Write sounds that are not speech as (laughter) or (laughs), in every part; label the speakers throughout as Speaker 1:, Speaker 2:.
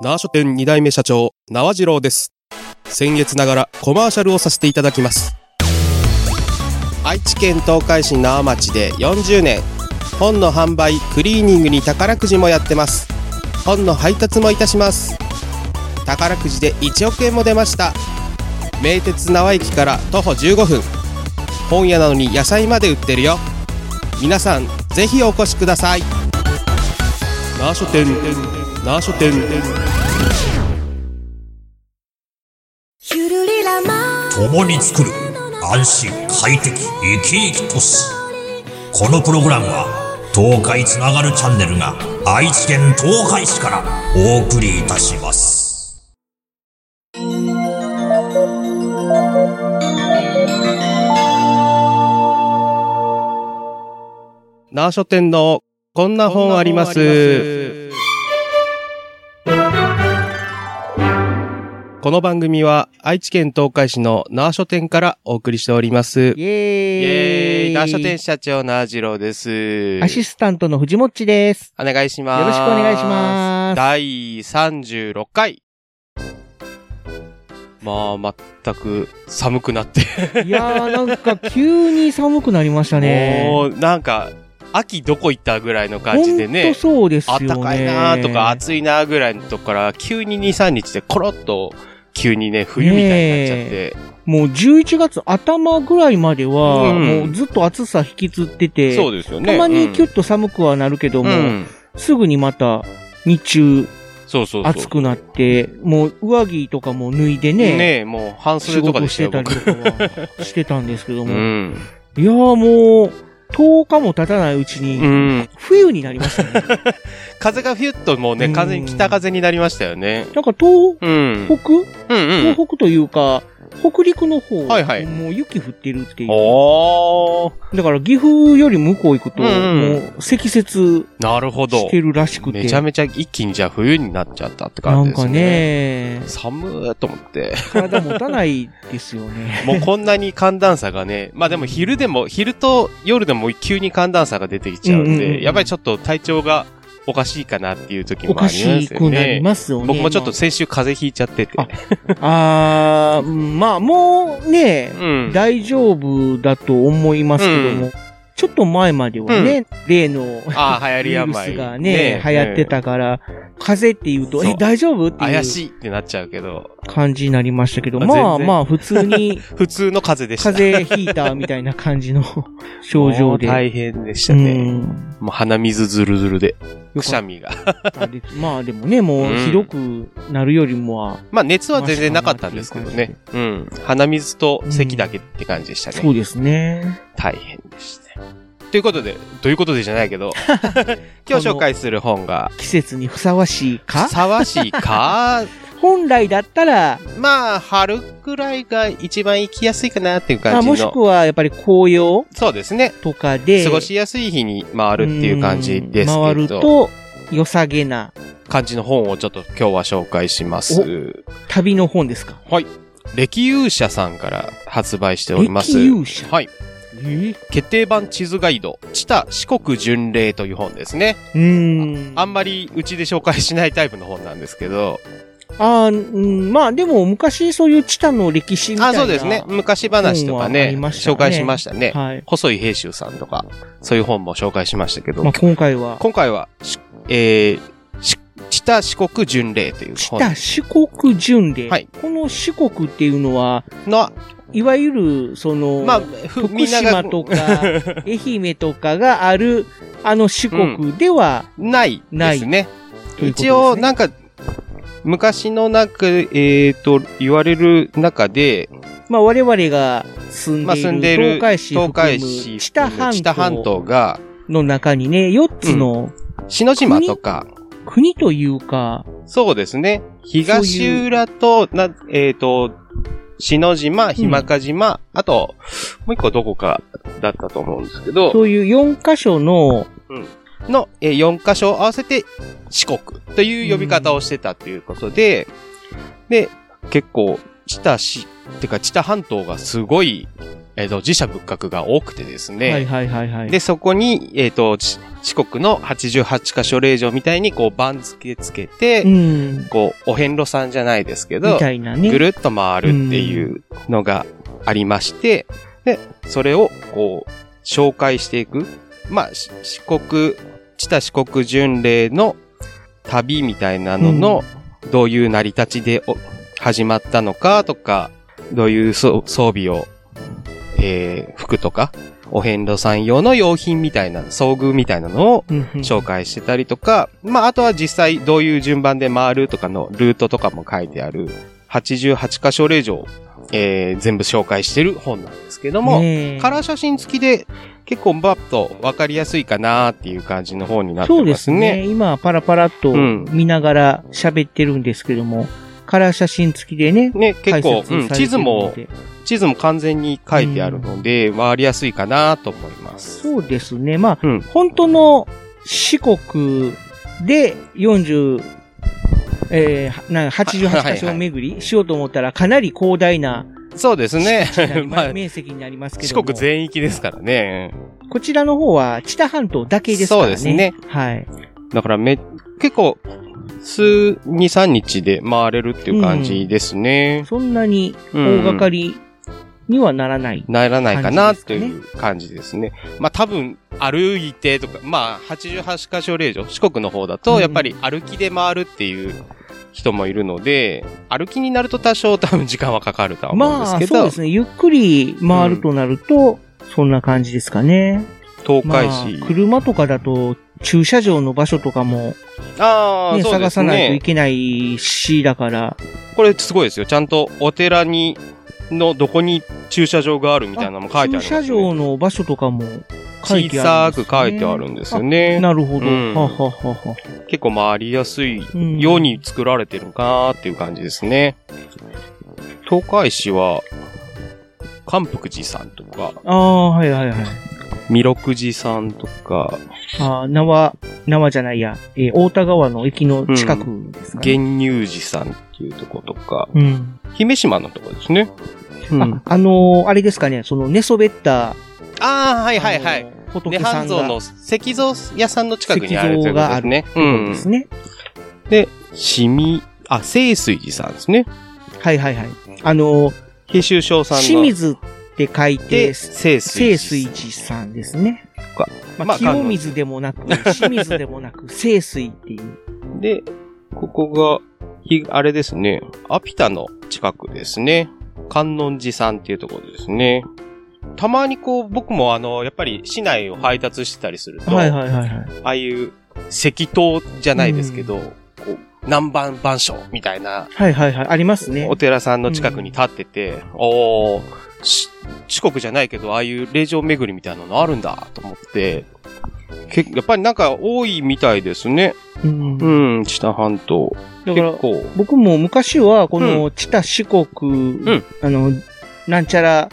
Speaker 1: 縄書店2代目社長、縄次郎です。先月ながらコマーシャルをさせていただきます。愛知県東海市縄町で40年、本の販売、クリーニングに宝くじもやってます。本の配達もいたします。宝くじで1億円も出ました。名鉄縄駅から徒歩15分。本屋なのに野菜まで売ってるよ。皆さん、ぜひお越しください。縄書店、縄書店。
Speaker 2: ゆるりらま
Speaker 3: 共に作る安心快適生き生き都市このプログラムは東海つながるチャンネルが愛知県東海市からお送りいたします
Speaker 1: 縄書店のこんな本あります。この番組は愛知県東海市の縄書店からお送りしております。
Speaker 4: イ
Speaker 1: イ
Speaker 4: エーイ。
Speaker 1: エーイ縄書店社長縄次郎です。
Speaker 4: アシスタントの藤もっちです。
Speaker 1: (laughs) お願いします。
Speaker 4: よろしくお願いします
Speaker 1: 第36回。まあ、全く寒くなって。
Speaker 4: いやー、なんか急に寒くなりましたね。
Speaker 1: もう、なんか、秋どこ行ったぐらいの
Speaker 4: ほ
Speaker 1: 感じで
Speaker 4: ん
Speaker 1: ね
Speaker 4: と。そうです
Speaker 1: あ
Speaker 4: よ
Speaker 1: っ
Speaker 4: ね。
Speaker 1: たかいなーとか暑いなーぐらいのとこから急に2、3日でコロッと急にね、冬みたいになっちゃって。
Speaker 4: もう11月頭ぐらいまでは、
Speaker 1: うん
Speaker 4: もうずっと暑さ引きずってて、
Speaker 1: そうですよね。
Speaker 4: たまにキュ
Speaker 1: ッ
Speaker 4: ッと寒くはなるけど
Speaker 1: と
Speaker 4: も、
Speaker 1: うん。
Speaker 4: すぐにまた日中
Speaker 1: そうそうそう。
Speaker 4: 暑くなって、もう上着とかも脱いでね、
Speaker 1: ねえ、もう半
Speaker 4: 仕
Speaker 1: 袖とか
Speaker 4: 事
Speaker 1: で
Speaker 4: し
Speaker 1: した
Speaker 4: て
Speaker 1: よ、
Speaker 4: たり
Speaker 1: 僕。
Speaker 4: とかはしてたんですけど
Speaker 1: う
Speaker 4: も、
Speaker 1: ん。
Speaker 4: いやーもう10日も経たないうちに、
Speaker 1: うん。
Speaker 4: 冬になりま
Speaker 1: (laughs)
Speaker 4: したね。
Speaker 1: 風がフィュッともうね、完全に北風になりましたよね。
Speaker 4: なんか東
Speaker 1: うん。
Speaker 4: 北、
Speaker 1: うんうん。
Speaker 4: 東北というか、北陸の方、
Speaker 1: はいはい
Speaker 4: もう雪降ってるっていう。
Speaker 1: おー。
Speaker 4: だから岐阜より向こう行くと、
Speaker 1: うんうん
Speaker 4: もう積雪し
Speaker 1: なるほど
Speaker 4: て。るらしくて。
Speaker 1: めちゃめちゃ一気にじゃあ冬になっちゃったって
Speaker 4: な
Speaker 1: 感じ
Speaker 4: ん
Speaker 1: です
Speaker 4: か
Speaker 1: ね。
Speaker 4: ね、
Speaker 1: 寒ーと思って。
Speaker 4: 体持たないですよ
Speaker 1: (laughs)
Speaker 4: ね。 (laughs)
Speaker 1: もうこんなに寒暖差がね、まあでも昼でも、昼と夜でも急に寒暖差が出てきちゃうんで、
Speaker 4: うんうんうん
Speaker 1: やっぱりちょっと体調がおかしいかなっていう時
Speaker 4: お
Speaker 1: もありま
Speaker 4: か
Speaker 1: すよね。
Speaker 4: しくなりますよね。
Speaker 1: 僕もちょっと先週風邪ひいちゃってて。
Speaker 4: あまあ。あーうんまあもうね、
Speaker 1: うん。
Speaker 4: 大丈夫だと思いますけども、
Speaker 1: う
Speaker 4: ちょっと前まではね、例の、
Speaker 1: ああ、流行
Speaker 4: ウ
Speaker 1: り
Speaker 4: イル
Speaker 1: 病。
Speaker 4: スがね、流行って
Speaker 1: ね
Speaker 4: たから、風邪って言うと、
Speaker 1: そう
Speaker 4: え、大丈夫ってい
Speaker 1: 怪
Speaker 4: う
Speaker 1: しいってなっちゃうけど、
Speaker 4: 感じになりましたけど、
Speaker 1: あ
Speaker 4: まあ
Speaker 1: 全然
Speaker 4: まあ普通に
Speaker 1: 普通の風邪でした。
Speaker 4: 風邪ひいたみたいな
Speaker 1: (laughs)
Speaker 4: 感じの症
Speaker 1: も
Speaker 4: 状
Speaker 1: う
Speaker 4: で。
Speaker 1: 大変でし
Speaker 4: う
Speaker 1: たね。
Speaker 4: ん。
Speaker 1: もう鼻水ずるずるで、くしゃ
Speaker 4: み。
Speaker 1: みが。
Speaker 4: まあでもね、
Speaker 1: う
Speaker 4: もうんひどくなるよりもは、
Speaker 1: まあ熱は全然なかったんですけどね。うん。鼻水と咳だけって感じでしたね。
Speaker 4: そうですね。
Speaker 1: 大変でしたね。ということで、ということでじゃない
Speaker 4: (laughs)
Speaker 1: けど、今日紹介する本が、
Speaker 4: 季節にふさわしい
Speaker 1: ふ
Speaker 4: か
Speaker 1: さわしい
Speaker 4: (laughs)
Speaker 1: か、
Speaker 4: 本来だったら、
Speaker 1: まあ、春くらいが一番行きやすいかなっていう
Speaker 4: ま
Speaker 1: 感
Speaker 4: あ
Speaker 1: じ
Speaker 4: もし
Speaker 1: の。
Speaker 4: くはやっぱり紅葉
Speaker 1: そうですね。
Speaker 4: とかで、
Speaker 1: 過ごしやすい日に回るっていう感じです
Speaker 4: うん回
Speaker 1: け
Speaker 4: る
Speaker 1: ど、
Speaker 4: と、良さげな
Speaker 1: 感じの本をちょっと今日は紹介します。
Speaker 4: 旅の本ですか。
Speaker 1: はい。歴勇者さんから発売しております。
Speaker 4: 歴勇者
Speaker 1: はい。
Speaker 4: えー
Speaker 1: 決定版地図ガイド、知多四国巡礼という本ですね。
Speaker 4: うーん。
Speaker 1: あんまりうちで紹介しないタイプの本なんですけど、
Speaker 4: ああ、うん、まあでも昔そういうチタの歴史みたい
Speaker 1: あ、
Speaker 4: な。
Speaker 1: そうですね。昔話とか
Speaker 4: 本はあ
Speaker 1: ね、
Speaker 4: りましたね
Speaker 1: 紹介しましたね。
Speaker 4: はい。
Speaker 1: 細井平州さんとか、そういう本も紹介しましたけど、
Speaker 4: まあ今回は、
Speaker 1: 今回は、しえー、し北四国巡礼という
Speaker 4: チ
Speaker 1: 本
Speaker 4: タ四国巡礼。
Speaker 1: はい
Speaker 4: この四国っていうのは、
Speaker 1: の、
Speaker 4: いわゆる、その、
Speaker 1: まあ、ふ
Speaker 4: 徳島とか、愛媛とかがある、あの四国では、
Speaker 1: ないですね。
Speaker 4: ということですね
Speaker 1: 一応、なんか、昔の中、えっ、と、言われる中で、
Speaker 4: まあ我々が住ん
Speaker 1: まあ、
Speaker 4: でいる、
Speaker 1: 住んでいる
Speaker 4: 東海市
Speaker 1: 東
Speaker 4: 含
Speaker 1: 海
Speaker 4: む、
Speaker 1: 市
Speaker 4: 知多
Speaker 1: 知多半
Speaker 4: 半島
Speaker 1: 島が、
Speaker 4: の中にね、4つの
Speaker 1: 篠島とか、
Speaker 4: 国というか、
Speaker 1: そうですね。東浦と、な、えっ、と、篠島、日間賀島、あと、もう一個どこかだったと思うんですけど、
Speaker 4: そういう4カ所の、
Speaker 1: の、えー、4箇所合わせて四国という呼び方をしてたということで、で、結構、知多市、てか知多半島がすごいえっ、と、自社仏閣が多くてですね。
Speaker 4: はいはいはいはい。
Speaker 1: で、そこに、えっ、と、ち四国の88箇所令場みたいに、こう、番付つけて、
Speaker 4: うん。
Speaker 1: こう、お遍路さんじゃないですけ
Speaker 4: み
Speaker 1: ど、
Speaker 4: たいな
Speaker 1: ぐ
Speaker 4: ね。
Speaker 1: るっと回るっていうのがありまして、で、それを、こう、紹介していく。まあ、し四国、知多四国巡礼の旅みたいなのの、どういう成り立ちでお始まったのかとか、どういうそ装備を、えー、服とか、お遍路さん用の用品みたいな、遭遇みたいなのを
Speaker 4: うんうん
Speaker 1: 紹介してたりとか、まあ、あとは実際どういう順番で回るとかのルートとかも書いてある、88箇所令状、えー、全部紹介してる本なんですけども、
Speaker 4: ねえ
Speaker 1: カラー写真付きで結構バッとわかりやすいかなっていう感じの本になって
Speaker 4: そうで
Speaker 1: ますすね。
Speaker 4: ね。今、パラパラっと
Speaker 1: うん
Speaker 4: 見ながら喋ってるんですけども、カラー写真付きでね、
Speaker 1: ね、結
Speaker 4: 解
Speaker 1: 構、
Speaker 4: 説
Speaker 1: うん
Speaker 4: され
Speaker 1: 地
Speaker 4: て
Speaker 1: 図
Speaker 4: るの
Speaker 1: も
Speaker 4: で、
Speaker 1: 地図も完全に書いてあるので、回りやすいかなと思います。
Speaker 4: そうですね。まあ、
Speaker 1: うん
Speaker 4: 本当の四国で40、えー、な88箇所を巡りしようと思ったらかなり広大な
Speaker 1: そうですね
Speaker 4: 敷地にな。り
Speaker 1: (laughs)
Speaker 4: ま
Speaker 1: まあ、
Speaker 4: 面積になりますけど
Speaker 1: 四
Speaker 4: も
Speaker 1: 国全域ですからね。
Speaker 4: こちらの方は知多半島だけですからね。
Speaker 1: そうですね。
Speaker 4: はい。
Speaker 1: だからめ、結構、数、二、三日で回れるっていう感じですね。
Speaker 4: そんなに
Speaker 1: うん
Speaker 4: 大掛かりにはならない。
Speaker 1: ならないかな
Speaker 4: 感じ
Speaker 1: とい
Speaker 4: ですかね
Speaker 1: う感じですね。まあ多分、歩いてとか、まあ88箇所令場、四国の方だ
Speaker 4: う
Speaker 1: と、
Speaker 4: ん
Speaker 1: やっぱり歩きで回るっていう人もいるので、歩きになると多少多分時間はかかるとは思うんで
Speaker 4: ますあ、
Speaker 1: けど、
Speaker 4: そうですね。ゆっくり回るとなると、そんな感じですかね。
Speaker 1: 東
Speaker 4: ま
Speaker 1: 海
Speaker 4: あ
Speaker 1: 市。、
Speaker 4: 車とかだと、駐車場の場所とかも
Speaker 1: ああ、
Speaker 4: ね、
Speaker 1: そうで
Speaker 4: 探
Speaker 1: す
Speaker 4: さないとい
Speaker 1: ね。
Speaker 4: けないし、だから。
Speaker 1: これすごいですよ。ちゃんとお寺に、のどこに駐車場があるみたいなのも書いてあります、ね。
Speaker 4: 駐車場の場所とかも書い
Speaker 1: 小
Speaker 4: て
Speaker 1: さ
Speaker 4: ある、
Speaker 1: く書いてあるんですよ
Speaker 4: あ
Speaker 1: ね。
Speaker 4: なるほど。
Speaker 1: うん
Speaker 4: はははは。
Speaker 1: 結構回りやすい
Speaker 4: うん
Speaker 1: ように作られてるかなっていう感じですね。東海市は、関福寺さんとか、
Speaker 4: ああ、はいはいはい。
Speaker 1: 弥勒寺さんとか、
Speaker 4: ああ、縄、縄じゃないや、えー大田川の駅の近くですかね。
Speaker 1: 玄入寺さんっていうとことか、
Speaker 4: うん。
Speaker 1: 姫島のとこですね。
Speaker 4: ああのーあれですかね、その寝そべった、
Speaker 1: ああ、はいはいは
Speaker 4: あ
Speaker 1: い。
Speaker 4: の仏
Speaker 1: 涅
Speaker 4: さ
Speaker 1: 槃
Speaker 4: ん
Speaker 1: 像
Speaker 4: が、
Speaker 1: の石像屋さんの近くにあるということですね。う
Speaker 4: そうで
Speaker 1: ん
Speaker 4: す。ね。
Speaker 1: で、しみ、あ、清水寺さんですね。
Speaker 4: はいはいはい。あのー
Speaker 1: 平州省さんの。
Speaker 4: 清水って書いて、
Speaker 1: で、清水寺。
Speaker 4: 清水寺さんですね。
Speaker 1: かま
Speaker 4: ま
Speaker 1: あ
Speaker 4: あ、清水でもな (laughs) く、清水でもなく、清水っていう。
Speaker 1: で、ここが、ひあれですね、アピタの近くですね。観音寺さんっていうところですね。たまにこう、僕もあの、やっぱり市内を配達してたりすると、
Speaker 4: はいはいはい。
Speaker 1: ああいう石灯じゃないですけど、こう南蛮番所みたいな
Speaker 4: はいはいはい。ありますね
Speaker 1: お。寺さんの近くに立ってて、おー、し四国じゃないけど、ああいう霊場巡りみたいなのあるんだと思って、けやっぱりなんか多いみたいですね。
Speaker 4: うん。だ
Speaker 1: うん、知多半島。
Speaker 4: か
Speaker 1: 結
Speaker 4: ら、
Speaker 1: 構。
Speaker 4: 僕も昔は、この、知多四国、
Speaker 1: ん
Speaker 4: あの、なんちゃら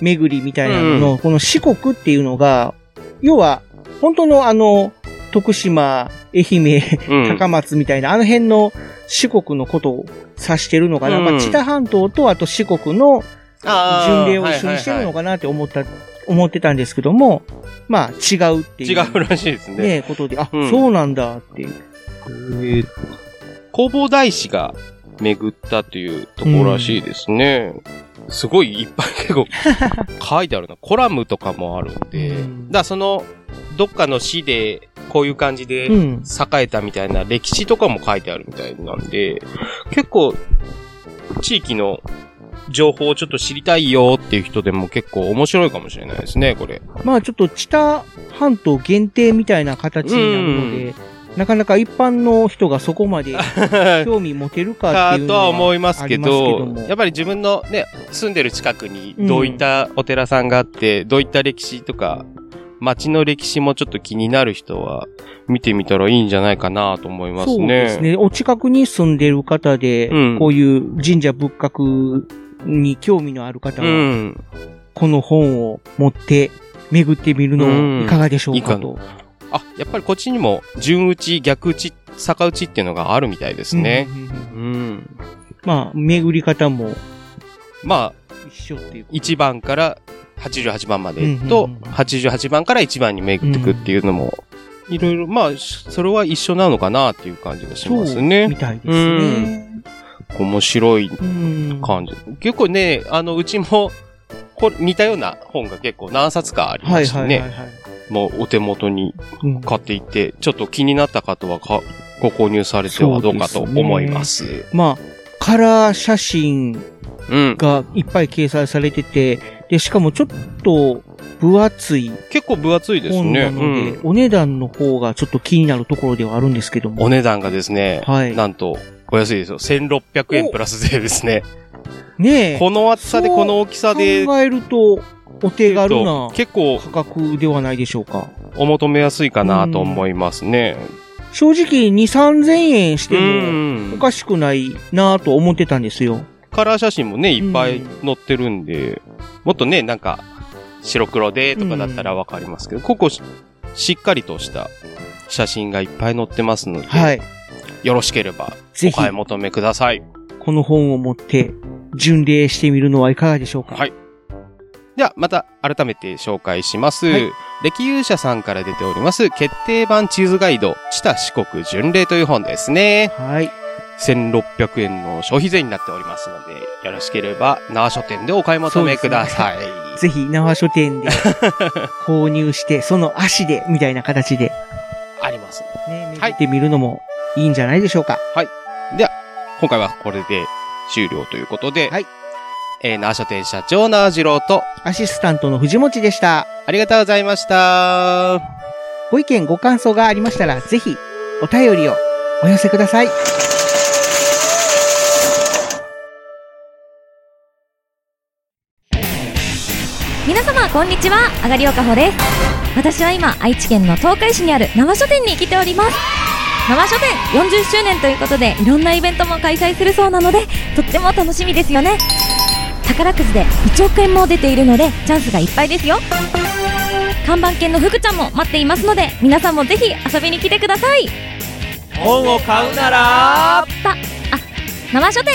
Speaker 4: 巡りみたいなのの、この四国っていうのが、要は、本当のあの、徳島、愛媛、
Speaker 1: うん
Speaker 4: 高松みたいな、あの辺の四国のことを指してるのかな。
Speaker 1: うん
Speaker 4: まあ、知多半島と、あと四国の巡礼を一緒にしてるの
Speaker 1: か、
Speaker 4: かなって思った、思ってたんですけども、まあ違うっていう。
Speaker 1: 違うらしいですね。
Speaker 4: ね、ことで、あ、
Speaker 1: うん
Speaker 4: そうなんだっていう。
Speaker 1: えー弘法大師が巡ったというところらしいですね。すごいいっぱい結
Speaker 4: (laughs)
Speaker 1: 構書いてあるな。コラムとかもあるんで。
Speaker 4: うん
Speaker 1: だからその、どっかの市でこういう感じで
Speaker 4: う
Speaker 1: 栄
Speaker 4: ん。
Speaker 1: えたみたいな歴史とかも書いてあるみたいなんで、結構地域の情報をちょっと知りたいよっていう人でも結構面白いかもしれないですね、これ。
Speaker 4: まあちょっと知多半島限定みたいな形になるので、なかなか一般の人がそこまで興味持てるかっ
Speaker 1: か
Speaker 4: ていう
Speaker 1: と (laughs)
Speaker 4: のは。
Speaker 1: は思いますけ
Speaker 4: あり
Speaker 1: ど
Speaker 4: ますけども
Speaker 1: やっぱり自分のね、住んでる近くにどういったお寺さんがあって、どういった歴史とか、街の歴史もちょっと気になる人は見てみたらいいんじゃないかなと思いますね。
Speaker 4: そうですね。お近くに住んでる方で、
Speaker 1: うん
Speaker 4: こういう神社仏閣に興味のある方
Speaker 1: う
Speaker 4: は、
Speaker 1: ん。
Speaker 4: この本を持って巡ってみるのいかがでしょうかと。
Speaker 1: あ、やっぱりこっちにも、順打ち、逆打ち、逆打ちっていうのがあるみたいですね。
Speaker 4: うんうんうん
Speaker 1: うん。
Speaker 4: まあ、巡り方も
Speaker 1: まあ、
Speaker 4: 一緒っていう。
Speaker 1: 1番から88番ま
Speaker 4: うん
Speaker 1: で
Speaker 4: うんうん
Speaker 1: と、88番から1番に巡っていくっていうのも、いろいろ、まあ、それは一緒なのかなっていう感じがします
Speaker 4: そう
Speaker 1: ね
Speaker 4: み。たいですね。
Speaker 1: 面白い
Speaker 4: うん。
Speaker 1: 感じ。結構ね、あの、うちも、これ似たような本が結構何冊かあり
Speaker 4: は
Speaker 1: ま
Speaker 4: い
Speaker 1: して
Speaker 4: はい
Speaker 1: ね、
Speaker 4: はいはい。
Speaker 1: もうお手元に
Speaker 4: うん
Speaker 1: 買っていて、ちょっと気になった方はかご購入されてはどうかと思います。
Speaker 4: まあ、カラー写真
Speaker 1: うん。
Speaker 4: がいっぱい掲載されてて、で、しかもちょっと分厚い
Speaker 1: 結構分厚いです
Speaker 4: 本
Speaker 1: ね。
Speaker 4: なの
Speaker 1: う
Speaker 4: で、
Speaker 1: ん。
Speaker 4: お値段の方がちょっと気になるところではあるんですけども。
Speaker 1: お値段がですね、
Speaker 4: はい
Speaker 1: なんと、お安いですよ。1600円プラス税ですね。
Speaker 4: ねえ。
Speaker 1: この厚さで
Speaker 4: そう
Speaker 1: この大きさで、
Speaker 4: 考えると、お手軽な
Speaker 1: 結構
Speaker 4: 価格ではないでしょうか。
Speaker 1: お求めやすいかなと思いますね。
Speaker 4: 正直、2、3000円し
Speaker 1: う
Speaker 4: ても、お
Speaker 1: ん。
Speaker 4: かしくないなぁと思ってたんですよ。
Speaker 1: カラー写真もね、いっぱい載ってるんで、もっとね、なんか、白黒でとかだったらわかりますけど、ここし、しっかりとした写真がいっぱい載ってますので、
Speaker 4: はい。
Speaker 1: よろしければ
Speaker 4: ぜ
Speaker 1: お
Speaker 4: ひ、
Speaker 1: 買い求めください。
Speaker 4: この本を持って、巡礼してみるのはいかがでしょうか。
Speaker 1: はいでは、また改めて紹介します。
Speaker 4: はい
Speaker 1: 歴勇者さんから出ております、決定版地図ガイド、知多四国巡礼という本ですね。
Speaker 4: はい。
Speaker 1: 1600円の消費税になっておりますので、よろしければ、縄書店でお買い求めください。
Speaker 4: ぜひ、縄書
Speaker 1: (laughs)
Speaker 4: 店で購入して、その足で、みたいな形で、
Speaker 1: あります。
Speaker 4: ね、
Speaker 1: は
Speaker 4: はいい。ってみるのもいいんじゃないでしょうか。
Speaker 1: 今回はこれで終了ということで、
Speaker 4: はい
Speaker 1: えー、縄書店社長縄次郎と、
Speaker 4: アシスタントの藤持でした。
Speaker 1: ありがとうございました。
Speaker 4: ご意見、ご感想がありましたら、ぜひ、お便りをお寄せください。
Speaker 5: 皆様こんにちはあがりおかほです私は今愛知県の東海市にある生書店に来ております生書店40周年ということでいろんなイベントも開催するそうなのでとっても楽しみですよね宝くじで1億円も出ているのでチャンスがいっぱいですよ看板犬のふくちゃんも待っていますので皆さんもぜひ遊びに来てください
Speaker 1: 本を買うなら、
Speaker 5: たあ生書店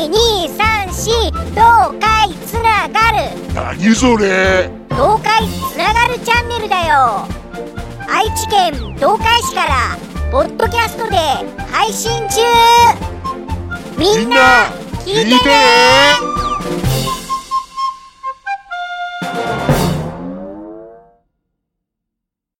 Speaker 2: 12342234東海つながる
Speaker 6: 何それ
Speaker 2: 東海つながるチャンネルだよ愛知県東海市からポッドキャストで配信中みんな聞いてね